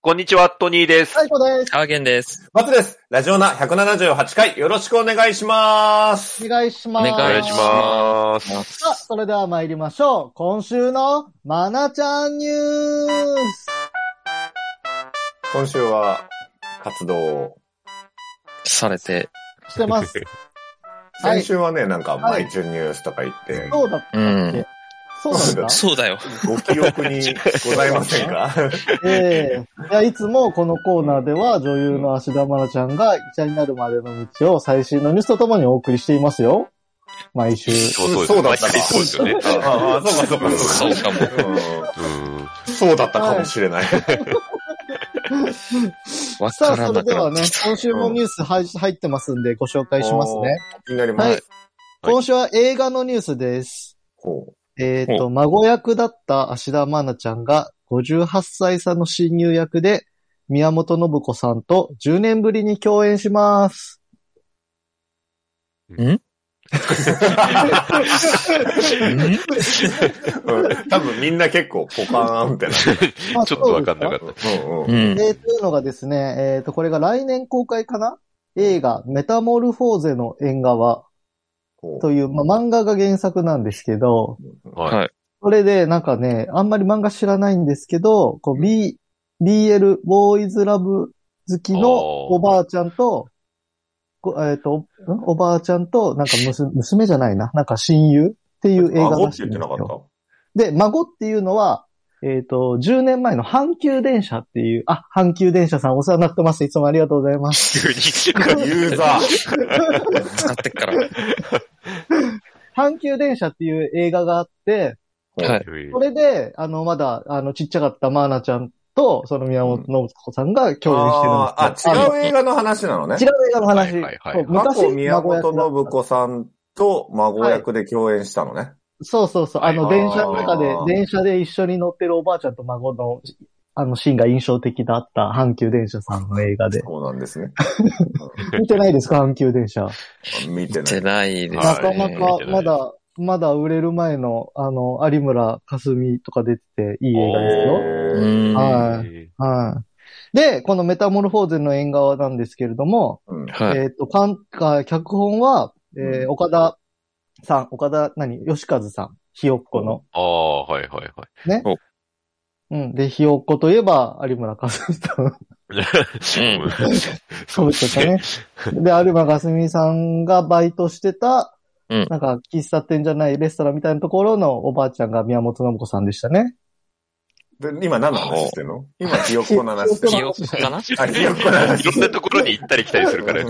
こんにちは、トニーです。最高です。アーゲンです。松です。ラジオナ178回、よろしくお願いします。お願いします。おお願いします。さあ、それでは参りましょう。今週のまなちゃんニュース。今週は、活動。されて、してます。はい先週はね、なんか、はい毎週ニュースとか言って、そうだっうけん。そうなんだ。そうだよ。ご記憶にございません か ええいや、いつもこのコーナーでは女優の芦田愛菜ちゃんが医者になるまでの道を最新のニュースとともにお送りしていますよ。毎週。そうそうだ毎った回そうですよね。ああ、そうかそうかそうかも。うん。うんそうだったかもしれない。わさかあ、らそれなでくなはってねき、た。今週もニュース入入ってますんでご紹介しますね。気になりまはいす。はい今週は映画のニュースです。こえっ、と、孫役だった芦田愛菜ちゃんが58歳差の親友役で宮本信子さんと10年ぶりに共演します。うんううん多分みんな結構ポカーンってなる。まあちょっとわかんなかっうた。んうんうん。えーというのがですね、えっ、と、これが来年公開かな映画、メタモルフォーゼの縁側こうという、まあ、漫画が原作なんですけど、はい。それでなんかね、あんまり漫画知らないんですけど、こう、B、BL、ボーイズラブ好きのおばあちゃんと、こえっ、と、んおばあちゃんと、なんか 娘、娘じゃないな、なんか親友っていう映画孫らっしてい言んでってすなかっよ。たで、孫っていうのは、えっ、と、10年前の阪急電車っていう、あ、阪急電車さんお世話になってます。いつもありがとうございます。急にユーザー。使ってっから。阪急電車っていう映画があって、はい。それで、あの、まだ、あの、ちっちゃかったマーナちゃんと、その宮本信子さんが共演してるんですあーあ、違う映画の話なのね違。う映画の話。はいはいはいはいそう過去昔、宮孫本役だっ信た子さんと孫役で共演したのね。そうそうそう。あの、はい電車の中であ、ー電車で一緒に乗ってるおばあちゃんと孫の、あの、シーンが印象的だった阪急電車さんの映画で。そうなんですね。見てないですか、阪急電車。見て出なて。ないいでなすかね。なか見て、ないまだ、まだ売れる前の、あの、有村架純とか出てて、いい映画ですえよ。うーん。ははいはい。で、このメタモルフォーゼの縁側なんですけれども、うんい。えっ、と、かん、あ脚本は、えーうん岡田さん、岡田、何吉和さん、ひよっこの。ああ、はいはいはい。うん。で、ひよっこといえば、有村架純さん。 うん そうでしたね。で、有馬かすみさんがバイトしてた、うんなんか喫茶店じゃないレストランみたいなところのおばあちゃんが宮本信子さんでしたね。で今何の話してんの今、ひよっこの話してひ記るよ憶かなあ、ひよっこの話いろんなところに行ったり来たりするから。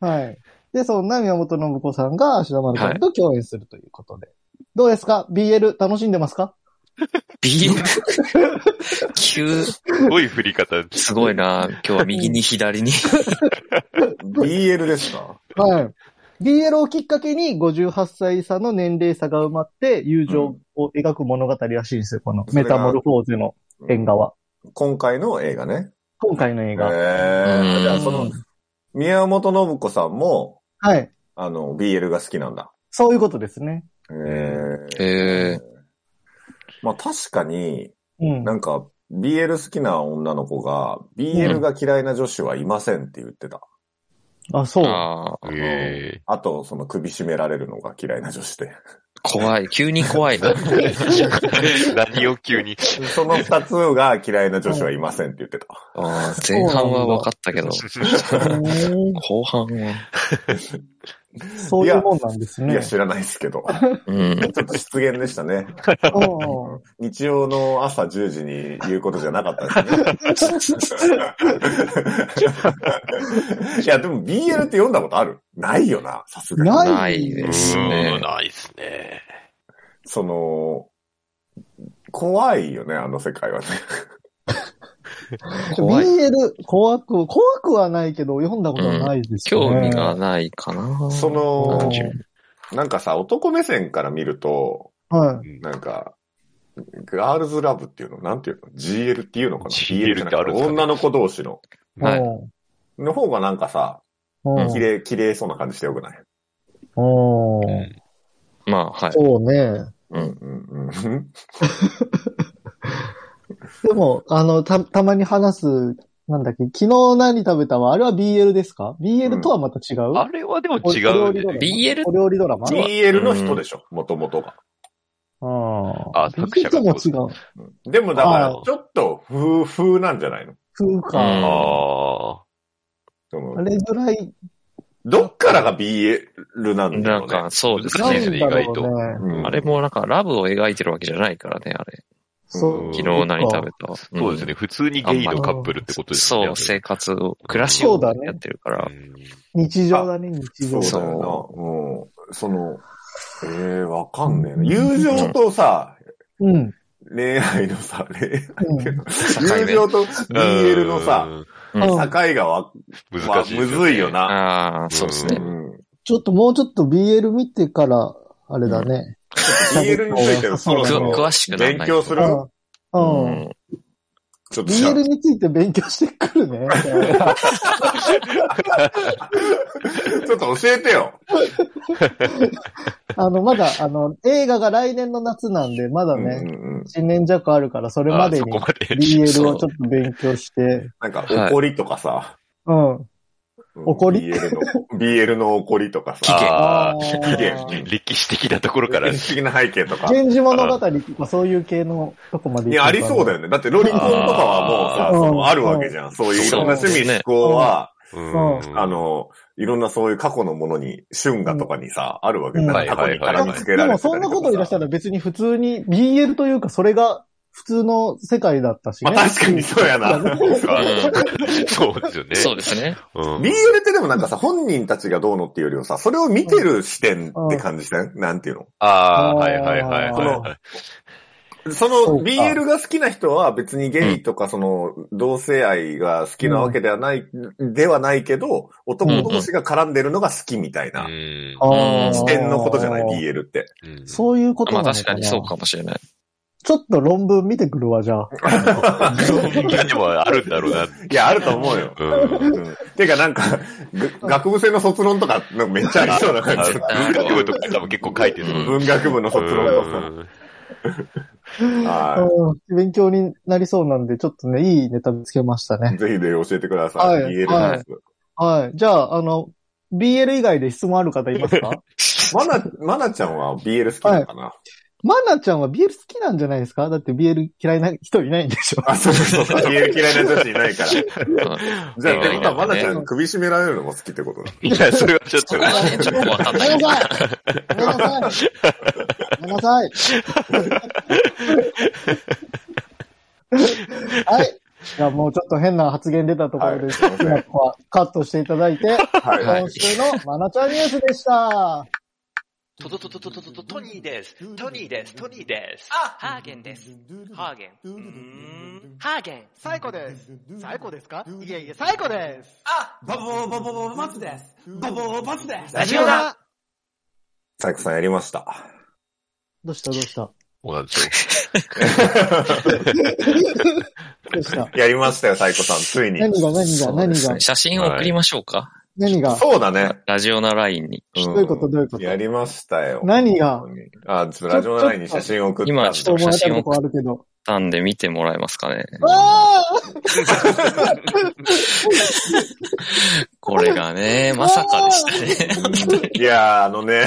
はい。で、そんな宮本信子さんが芦田愛菜ちゃんと共演するということで。どうですか ?BL 楽しんでますか B? 急、すごい振り方。すごいな。今日は右に左 に。 BL ですかはい。BL をきっかけに58歳差の年齢差が埋まって友情を描く物語らしいんですよ。このメタモルフォーゼの縁側。今回の映画ね。今回のえ映画。うんー、じゃあその、宮本信子さんも、はい。あの、BL が好きなんだ。そういうことですね。えー、えーまあ確かに、うん。なんか、BL 好きな女の子が、BL が嫌いな女子はいませんって言ってた。あ、そう。あーえあと、その首絞められるのが嫌いな女子で。怖い。急に怖い な。ー 何を急に。その二つが嫌いな女子はいませんって言ってた。あー前半は分かったけど、へ後半は。ー そういうもんなんですいねや、。知らないですけど。うん。ちょっと失言でしたね。うん日曜の朝10時に言うことじゃなかったです ね。いや、でも BL って読んだことあるないよな、さすがに。ないないですうねん。ないですね。その、怖いよね、あの世界はね。怖い。 BL、怖く、怖くはないけど、読んだことはないですね。興味がないかな。その単純に、なんかさ、男目線から見ると、はい。なんか、ガールズラブっていうの、なんていうの ?GL っていうのかな GL ってあるんですかね BL じゃなく女の子同士の。はい。の方がなんかさ、うんうん綺麗、綺麗そうな感じしてよくないうんまあ、はい。そうね。うんうんうん。でも、あの、た、たまに話す、なんだっけ、昨日何食べたわ。あれは BL ですか ?BL とはまた違う、あれはでも違おう料理ドね。ラマ BL お料理ドラマ BL の人でしょ、もともとが。ああ作者がとも違う。でもだからあー、ちょっと風、風なんじゃないの風うんか。あそのあれぐらい、どっからが BL なんなだろんうね。か、そうですな難しいね。んだろ意外とうね。うんあれもなんか、ラブを描いてるわけじゃないからね、あれ。そう。昨日何食べたあ。そうですね。普通にゲイのカップルってことですね。そう、生活を、暮らしをやってるから。うん日常だね、日常そう。だよな。うん。その、ええわかんねえな。友情とさ、うん。うん。恋愛のさ、恋愛っていうの 目友情と BL のさ、うん境がわ、うん、わ難しい、むずいよ。な。ああ、そうですうね。ん。ちょっともうちょっと BL 見てから、あれだね。 BL についてそろそろ詳しくなら勉ない強するう。うんうん。ん。ちょっとじゃあ BL について勉強してくるね。 ちょっと教えてよ。あの、まだ、あの、映画が来年の夏なんで、まだうね、んうんうん新年弱あるから、それまあでそにこまで。 BL をちょっと勉強して、なんかはい、怒りとかさ。うん。うん怒り ?BL の、BL の怒りとか期限さ。あ期ー限歴史的なところから歴、史的な背景とか。源氏物語とかそういう系のとこまでいや、ありそうだよ。よね。だってロリコンとかはもうあーさ、そのあるわけじゃん。そういういろんなそう趣です味ね思考は、うんあ、の、いろんなそういう過去のものに、春夏とかにさ、あるわけじゃん。は過い去には絡いみはいつけでられもてたそんなりとこかと言い出したさ。ら別に普通に BL というかそれが普通の世界だったしね。まあ確かにそうやな。そうですよね。そうですね。うん。 BL ってでもなんかさ、本人たちがどうのっていうよりはさ、それを見てる視点って感じだよ。なんていうああー、はいはいはいはいはい。のそそうかの BL が好きな人は別にゲイとかその同性愛が好きなわけではない、ではないけど、男同士が絡んでるのが好きみたいなうんあー視点のことじゃない、BL って。うんそういうことまなあの確かにそうかもしれない。ちょっと論文見てくるわ、じゃあ。 いや、でもあるんだろうな。いや、あると思うよ。うん。うんてかなんか、ぐ学部生の卒論とか、なんかめっちゃありそうなあ感じ。文学部とか多分結構書いてる。うん文学部の卒論とか。うんはうん勉強になりそうなんで、ちょっとね、いいネタ見つけましたい。ね。ぜひぜひ教えてください。はい BL です。はい。じゃあ、あの、BL 以外で質問ある方いますかまな、まなちゃんは BL 好きなのかな、マナちゃんは BL 好きなんじゃないですかだって BL 嫌いな人いないんでしょあ、そうそうそう。BL 嫌いな女子いないから。じゃあ、今、まなちゃん首絞められるのも好きってことだ。いや、それはちょっと。ちょっとわかんごなめんい。なさいごめんなさいごめんなさいはい。じゃあもうちょっと変な発言出たところで、好きな子はカットしていただいて、はい。はい今週のマナちゃんニュースでした。トトトトトトトトトニーです。トニーです。トニーです。あ、ハーゲンです。ハーゲン。うーんハーゲン。最高です。最高ですかいえいえ、最高です。あ、バボーバボーバツです。バボーバツです。ラジオだサイコさんやりました。どうしたどうしたそうなんですよ。どうしたやりましたよ、サイ コさん。ついに。何が何がそうで何すがね写真を送りましょうか。何がそうだね。ラジオナラインに。うんどういうことどういうことやりましたよ。何が本当にあ、ちょっとラジオの内に写真を送ったんで。今ちょっと思い当たるとこあるけど。たんで見てもらえますかね。わこれがね、まさかでしたね。 いやー、あのね、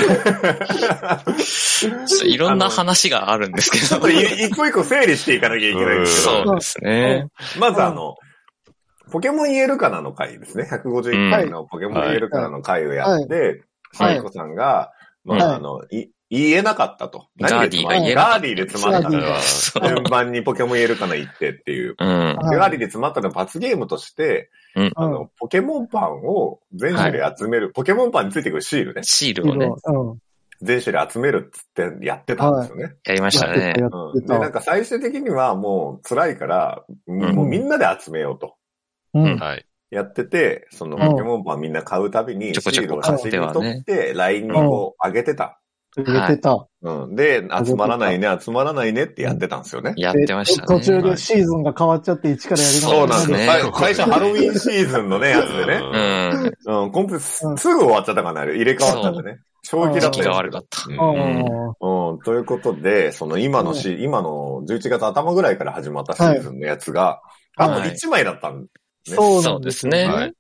ちょっといろんな話があるんですけ ちょっどと。い一個一個整理していかなきゃいけないんですけそうですね。ど、まずあの、ポケモン言えるかなの回ですね。151回のポケモン言えるかなの回をやって、はサいイコさんが、まはいあ、あの、い言えなかったと。ガーディが言えなガーディで詰まったのは、そ順番にポケモン言えるかな言ってっていう。うん。でガーディで詰まったのは罰ゲームとして、うんあの、ポケモンパンを全種類集める、ポケモンパンについてくるシールね。シーールをね、うん。全種類集めるっつってやってたんですよね。やりましたね。やっうてん、で、た。やなっんてか最終的にはもう辛いから、んもうみんなで集めようと。たうん。はい。やってて、そのうんポケモンパンみんな買うたびちに、シょこちょールこを買写って真には撮ねって、LINE にこう上げてた。入れてた。うん。で、集まらないね、集まらないねってやってたんですよね。やってましたね。途中でシーズンが変わっちゃって一からやり直しそうなんそうでですねす。最最初ハロウィンシーズンのね、やつでね。うん。うん、コンプすうんすぐ終わっちゃったかな、あれ入れ替わったんでね。衝撃だ時ったん期ですがよ悪かった。うんうんうん、ということで、その今のし、今のの、11月頭ぐらいから始まったシーズンのやつが、はいあと1枚だったんなそんうでですすよね。はい。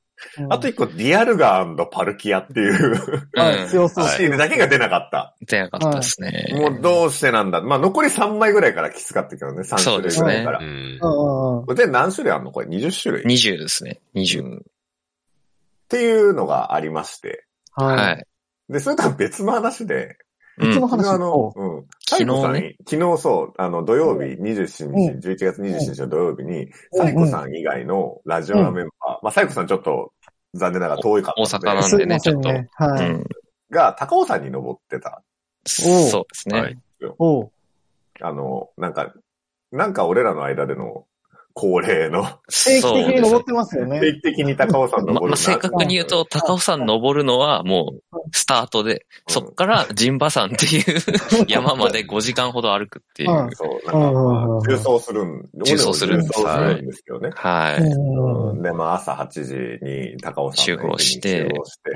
あと1個、ディアルガパルキアっていう、はい、うん。強そう。シールだけが出なかった。出なかったですね。もうどうしてなんだ。まあ、残り3枚ぐらいからきつかったけどね、3種類ぐらいから。うでんう。んうんうん何種類あんのこれ20種類。 20ですね。う20。んっていうのがありまして。ははい。い。で、それとは別の話で、ういつんも。話あをの、。うん。昨日ねサイコさんに、昨日そう、あの、土曜日27日、うん11月27日の土曜日に、うんサイコさん以外のラジオのメンバー、まあ、サイコさんちょっと残念ながら遠いか大った阪なんすでいまね、ちせょんっと。ね。はうい。ん。が、高尾山に登ってた。おうそうですはねい。おう。あの、なんか、なんか俺らの間での恒例の、定期そう的にで登すねってますよね。定期的に高尾山ま登るまなあ、正確に言うと、高尾山登るのはもう、スタートで、そっから神馬山っていう山まで5時間ほど歩くっていう。うんそう、うなんんか、うんうんうん重装するん、重装するん重装するんですけどね。はうい。んうんで、まあ朝8時に高尾山集合して集合して、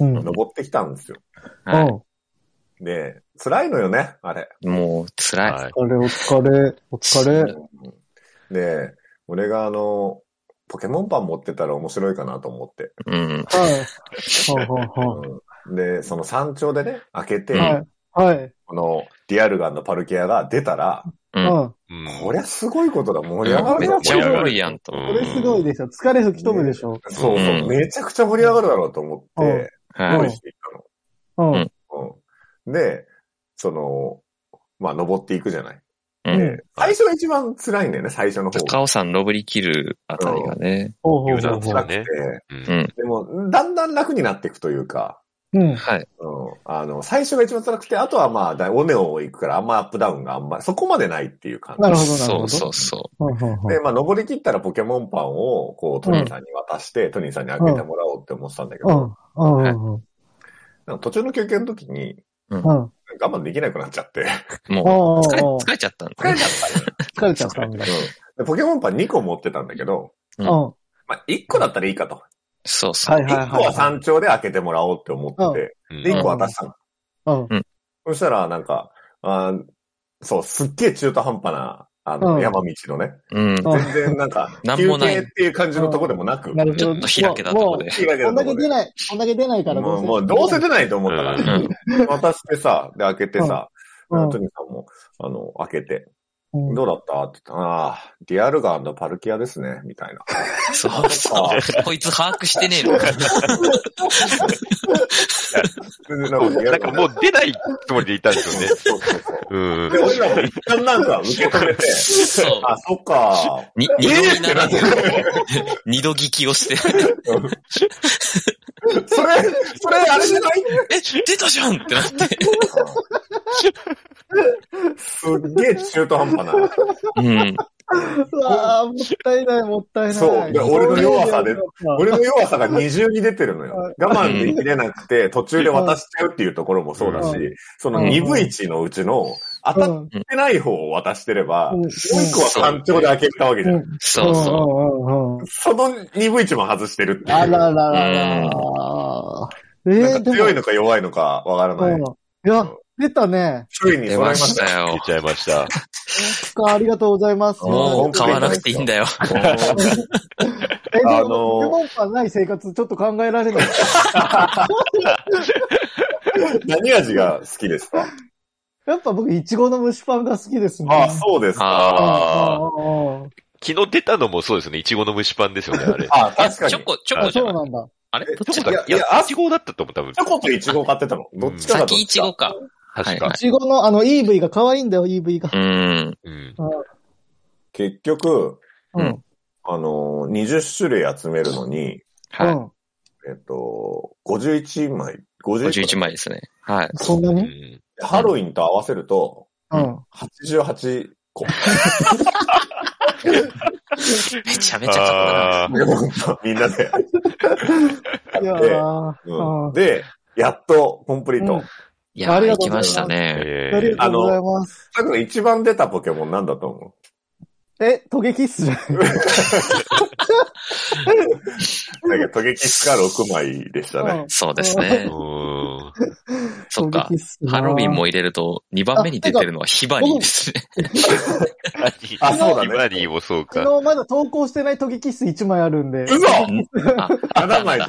うん。うん。登ってきたんですよ。はうんで、辛いのよね、あれ。い。もう、辛。はいい。お疲れ、お疲れ、お疲れ。で、俺があの、ポケモンパン持ってたら面白いかなと思って。うはん。い。ほうほうほうんで、その山頂でね、開けて、う。はい。はい。このリアルガンのパルキアが出たら、う。うんん。うんこりゃすごいことだ、盛り上がうんるめっだろ、ちゃおもろこいやんと。うんこれすごいでしょ。疲れ吹き飛ぶでしょ。れそうそう、うんめちゃくちゃ盛り上がるだろうと思って、は用い。意していったの。うん。うんうん。で、その、まあ、登っていくじゃない。うんで最初が一番辛いんだよね、最初の方が。高尾山登り切るあたりがね。ほうほう言ほううほなうら辛くて、うんうん。でも、だんだん楽になっていくというか、うん。はい。うん、あの、最初が一番辛くて、あとはまあ、だ尾根を行くから、あんまアップダウンがあんま、そこまでないっていう感なるほど、なるそほうど。そうそほうほうほじ。うで、まあ、登り切ったらポケモンパンを、こう、トニーさんに渡して、トニーさんにあげてもらおうって思ってたんだけうど、ん。うん。うん。なんか途中の休憩の時に、うん。我慢できなくなっちゃって、う。もう、疲れ、疲疲れちゃったん疲だれね。ちゃったんだよ疲れちゃったんだ。うんでポケモンパン2個持ってたんだけど、うん。はまあ、1個だったらいいかと。そうそ。いうはい1個ははいはい。山頂で開けてもらおうって思ってうんて、で、1個渡したの。うん。そしたら、なんか、あーそう、すっげえ中途半端な、あうの、ん山道のね、うん。うん全然なんか、なん休もない憩っていう感じのとこでもなく、なるほど。ちょっと開けたとこで。いいわこけだんだとこけで出ない、こんだけ出ないからもう、もう、どうせ出ないと思ったかうら、渡してさ、で、開けてさ、うんあのトニーさんも、あの、開けて、うんどうだったって言ったら、ああ、リアルガンパルキアですね、みたいな。そ うそう。こいつ把握してねえのか。なんなんかリアルガかンもう出ないつもりでいたんです よね。そうそうそう。うんで、。俺らも一旦なんか受け止めて、そう。あ、そっか。に、二度見ならぬ。 二度聞きをして。それ、それあれじ ゃないえ、出たじゃんってなって。すっげえ中途半端な。うん。うわぁ、もったいない、もったいない。そうで俺の弱さで俺の弱さが二重に出てるのよ。我慢できれなくて、途中で渡しちゃうっていうところもそうだしう、その二分一のうちの当うたっん。てない方を渡してれば、うんもう一個は単調で開けたわけじゃ。うんん。そうそう。うんうんうん。その二分一も外してるってあいう。らららうんらら。えーなんか強いでのか弱いのかわもからうんない。いや、出たね。ついに出揃いままし。したた出よ。ちゃいました。ありがとうございます。もう買わなくていいんだよ。え、でも、あのーポケモンパンない生活、ちょっと考えられない。 何味が好きですかやっぱ僕、いちごの蒸しパンが好きですね。あ、そうですか。あああ。あ。昨日出たのもそうですね。いちごの蒸しパンですよね、あれ。あ、いや確かに。チョコ、チョコじそゃうないなんだ。あれどっチちョコだだいやっけいいやや、いちごだったと思う、多分チ。ョコとイチゴ買ってたのどっちかだと。先イチゴか。確はいかい。ちごの、あの、イーブイが可愛いんだよ、イーブイがう。ん。うん。結局、うん。あのー、20種類集めるのに、うはい。ん。えっと、51枚、51 51枚。枚ですね。はい。そんなうにんハロウィンと合わせると、うん。 88個。 めちゃめちゃ買ったな。あーみんなで。いやーうんうんで、やっと、コンプリーうトん。いやありー、が行とうございきまますしたね。えありーがとうございます。さっきの一番出たポケモンなんだと思え、トゲキッスじゃないうだけど、トゲキスが6枚でしたね。んそうですね。ううん。そっか衝撃すなハロウィンも入れると、2番目に出てるのはヒバニーですね。あそうだヒねバニーもそうか。昨日まだ投稿してないトゲキッス1枚あるんで。 嘘あ !7 枚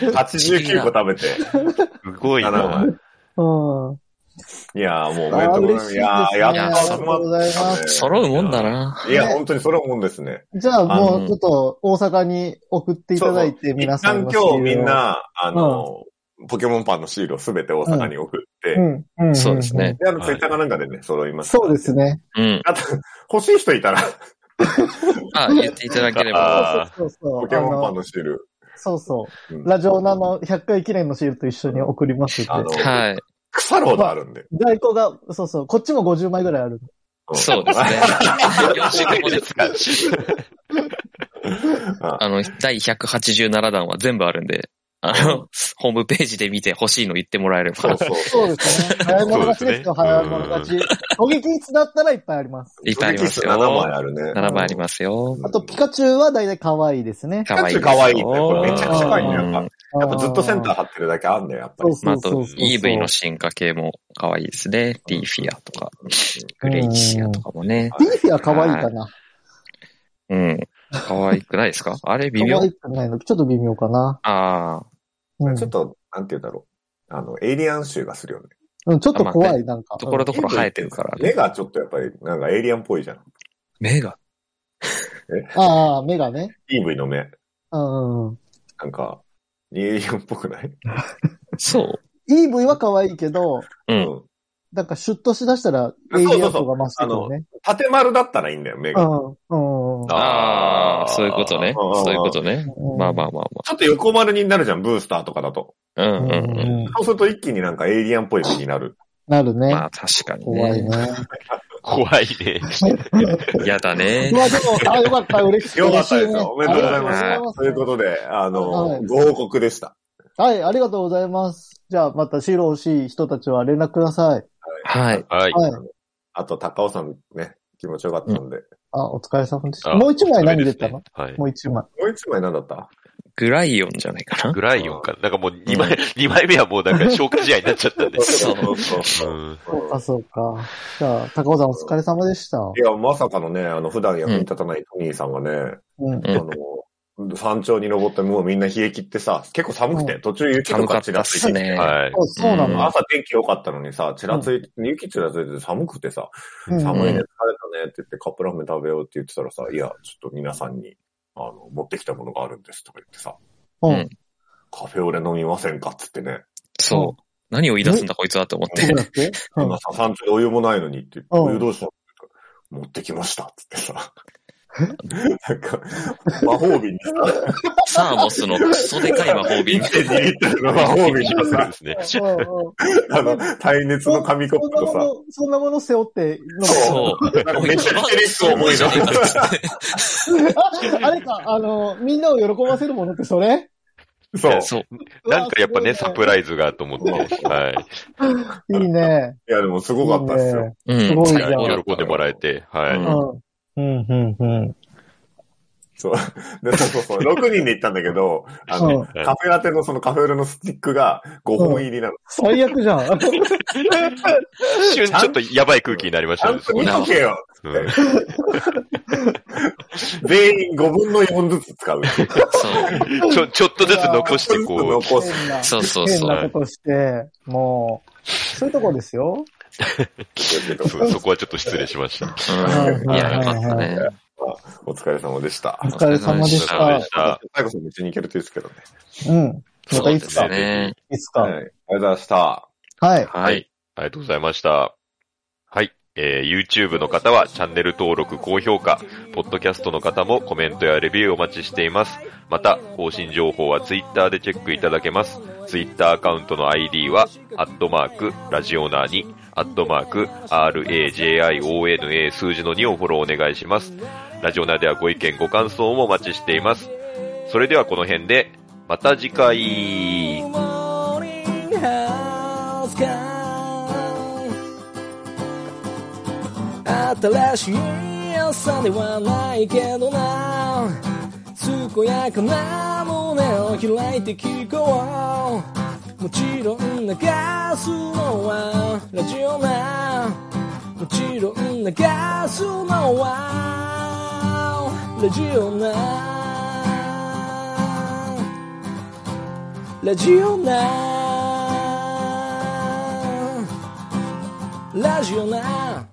じゃん。89個食べて。すごいな。うん。いやーもうおめであとーうご嬉しいざいまですね。す。やーあやりいやっとがとうございます。揃うもんだな。いや、本当にそれは思うんですね。じゃあもあうのちょっと大阪に送っていただいて、一皆さん旦の今日シールをみん、な、あの、ポケモンパンのシールをすべて大阪に送って、うんうんん。そうですね。で、あの、ツイッターかなんかでね、揃います。そうです。ね。うん。あと、欲しい人いた ら、あ、言っていただければ。あそうそうポそケう。あモンパのンのシール。そうそうう。んラジオナの100回記念のシールと一緒に送りますんで。あの、はい。腐るほどあるんで。在庫が、そうそう。こっちも50枚ぐらいある。うんそうですね。4週間後でですか。あの、第187弾は全部あるんで、あの、ホームページで見て欲しいの言ってもらえれそばう、そう。そうですね。早い者勝ちですよ、そうですね早い者勝ち。攻撃につなったらいっぱいあります。いっぱいありますよ。 7枚あるね。 7枚ありますよ。あと、ピカチュウは大体可愛いですね。かわいい。ピカチュウ可愛いねこれめちゃくちゃ可愛いねやっぱうんやっぱずっとセンターあ張ってるだけあんねやっぱー。り。そまあ、うあそとうそうそう。、 EV の進化系も可愛いですね。リーフィアとか、グレイシアとかもね。ビーフィは可愛いかな。うん。可愛くないですか あれ微可妙愛くないの。ちょっと微妙かな。あうんちょっと、なんて言うんだろう。あの、エイリアン臭がするよね。うん、ちょっと怖い、なんかあ、。ところどころ生えてるから目ね。がちょっとやっぱり、なんかエイリアンっぽいじゃん。目が。ああ、目がね。 EV の目。うんうん。なんか、エイリアンっぽくないそう。 EV は可愛いけど、う。。うんなんかシュッとしだしたら、エイリアンとか増してくるね。縦丸だったらいいんだよ、目うが。ん、うんうん。ああ、そういうことね。あーそういうことね。まあまあまあちょっと横丸になるじゃん、ブースターとかだと。まあ。うんううんんうん。うんそうすると一気になんかエイリアンっぽい目になる。なるねま。あ確かに怖いね。ね。怖いね。嫌だねう。わ、でも、あ、よかった、嬉しい。よかったで嬉すしねよ。おめでとうございま。ありがとうございますということで、あはの、いご報告でした。はい、ありがとうございます。じゃあ、またシール欲しい人たちは連絡ください。はい。はい。はい。あと、高尾さんね、気持ちよかったんで。あ、お疲れ様でしあた。もう一枚何出たの、はい。もう一枚。もう一枚何だったグライオンじゃないかなグライオンか。なんかもう2枚、二枚目はもうなんか消化試合になっちゃったんで。そうそうそうそうう。ん。そうか、そうか。じゃあ、高尾さんお疲れ様でした。いや、まさかのね、あの、普段役に立たないトニーさんがね、うん。うんあの、山頂に登ってもうみんな冷え切ってさ、結構寒くて、途中雪と寒かかっちたらっついすてきて、ね。はい。そうそうなうんの。朝天気良かったのにさ、ちらついて、雪ちらついてて寒くてさ、うん寒いね、疲れたねって言ってカップラーメン食べようって言ってたらさ、いや、ちょっと皆さんに、あの、持ってきたものがあるんですとか言ってさ、うん。うんカフェオレ飲みませんかっつってね、そう。何を言い出すんだこいつはと思っどうて。やってこうんんなさ、山頂でお湯もないのにって言って、うんお湯どうしたのって言ったら持ってきましたっつっ てさ、なんか、魔法瓶にさ、サーモスのクソでかい魔法瓶。 1.2リットルの魔法瓶にそうさで、すね。うんうんあの、耐熱の紙コップそんなもとの、そんなもの背負って飲む。そう。さ、なんかめっちゃリリック重いの。 ああれか、あの、みんなを喜ばせるものってそれいそうや。そう。なんかやっぱね、サプライズがと思って。はい。いいね。いや、でもすいごいかったですよ。ね。うすん。ごい最じゃん高だっ喜んでもらえて。はういん。うん。うん、うん、うん。そう。で、そうそうそう。6人で 行ったんだけど、あの、うんカフェラテのそのカフェオレのスティックが5本入りなの。最悪じゃん。一瞬ちょっとやばい空気になりましちゃたんね。と見とけよ。うん全員5分の4ずつ使う。そう。ちょ、ちょっとずつ残してこう。残す。変な、そうそう変そう。なことして、もう、そういうとこですよ。そうそこはちょっと失礼しました。うん。いや、よかったね。お疲れ様でしたお。疲れ様でしお疲れ様たでし。最た後さん、うちに行けるといいですけどね。うん。またそういでつすか。ね。いつはい。あか。りがとうございました。はい。はい。ありがとうございました。はい。えー YouTube の方はチャンネル登録、高評価。ポッドキャストの方もコメントやレビューお待ちしています。また、更新情報は Twitter でチェックいただけます。Twitter アカウントの ID は、アットマーク、ラジオナーに、アットマーク、RAJIONA 数字の2をフォローお願いします。ラジオナーではご意見、ご感想もお待ちしています。それではこの辺で、また次回。 Morning House Call 新しい朝ではないけどな健やかな胸を開いて聞こうもちろん流すのはラジオなもちろん流すのはラジオなラジオなラジオな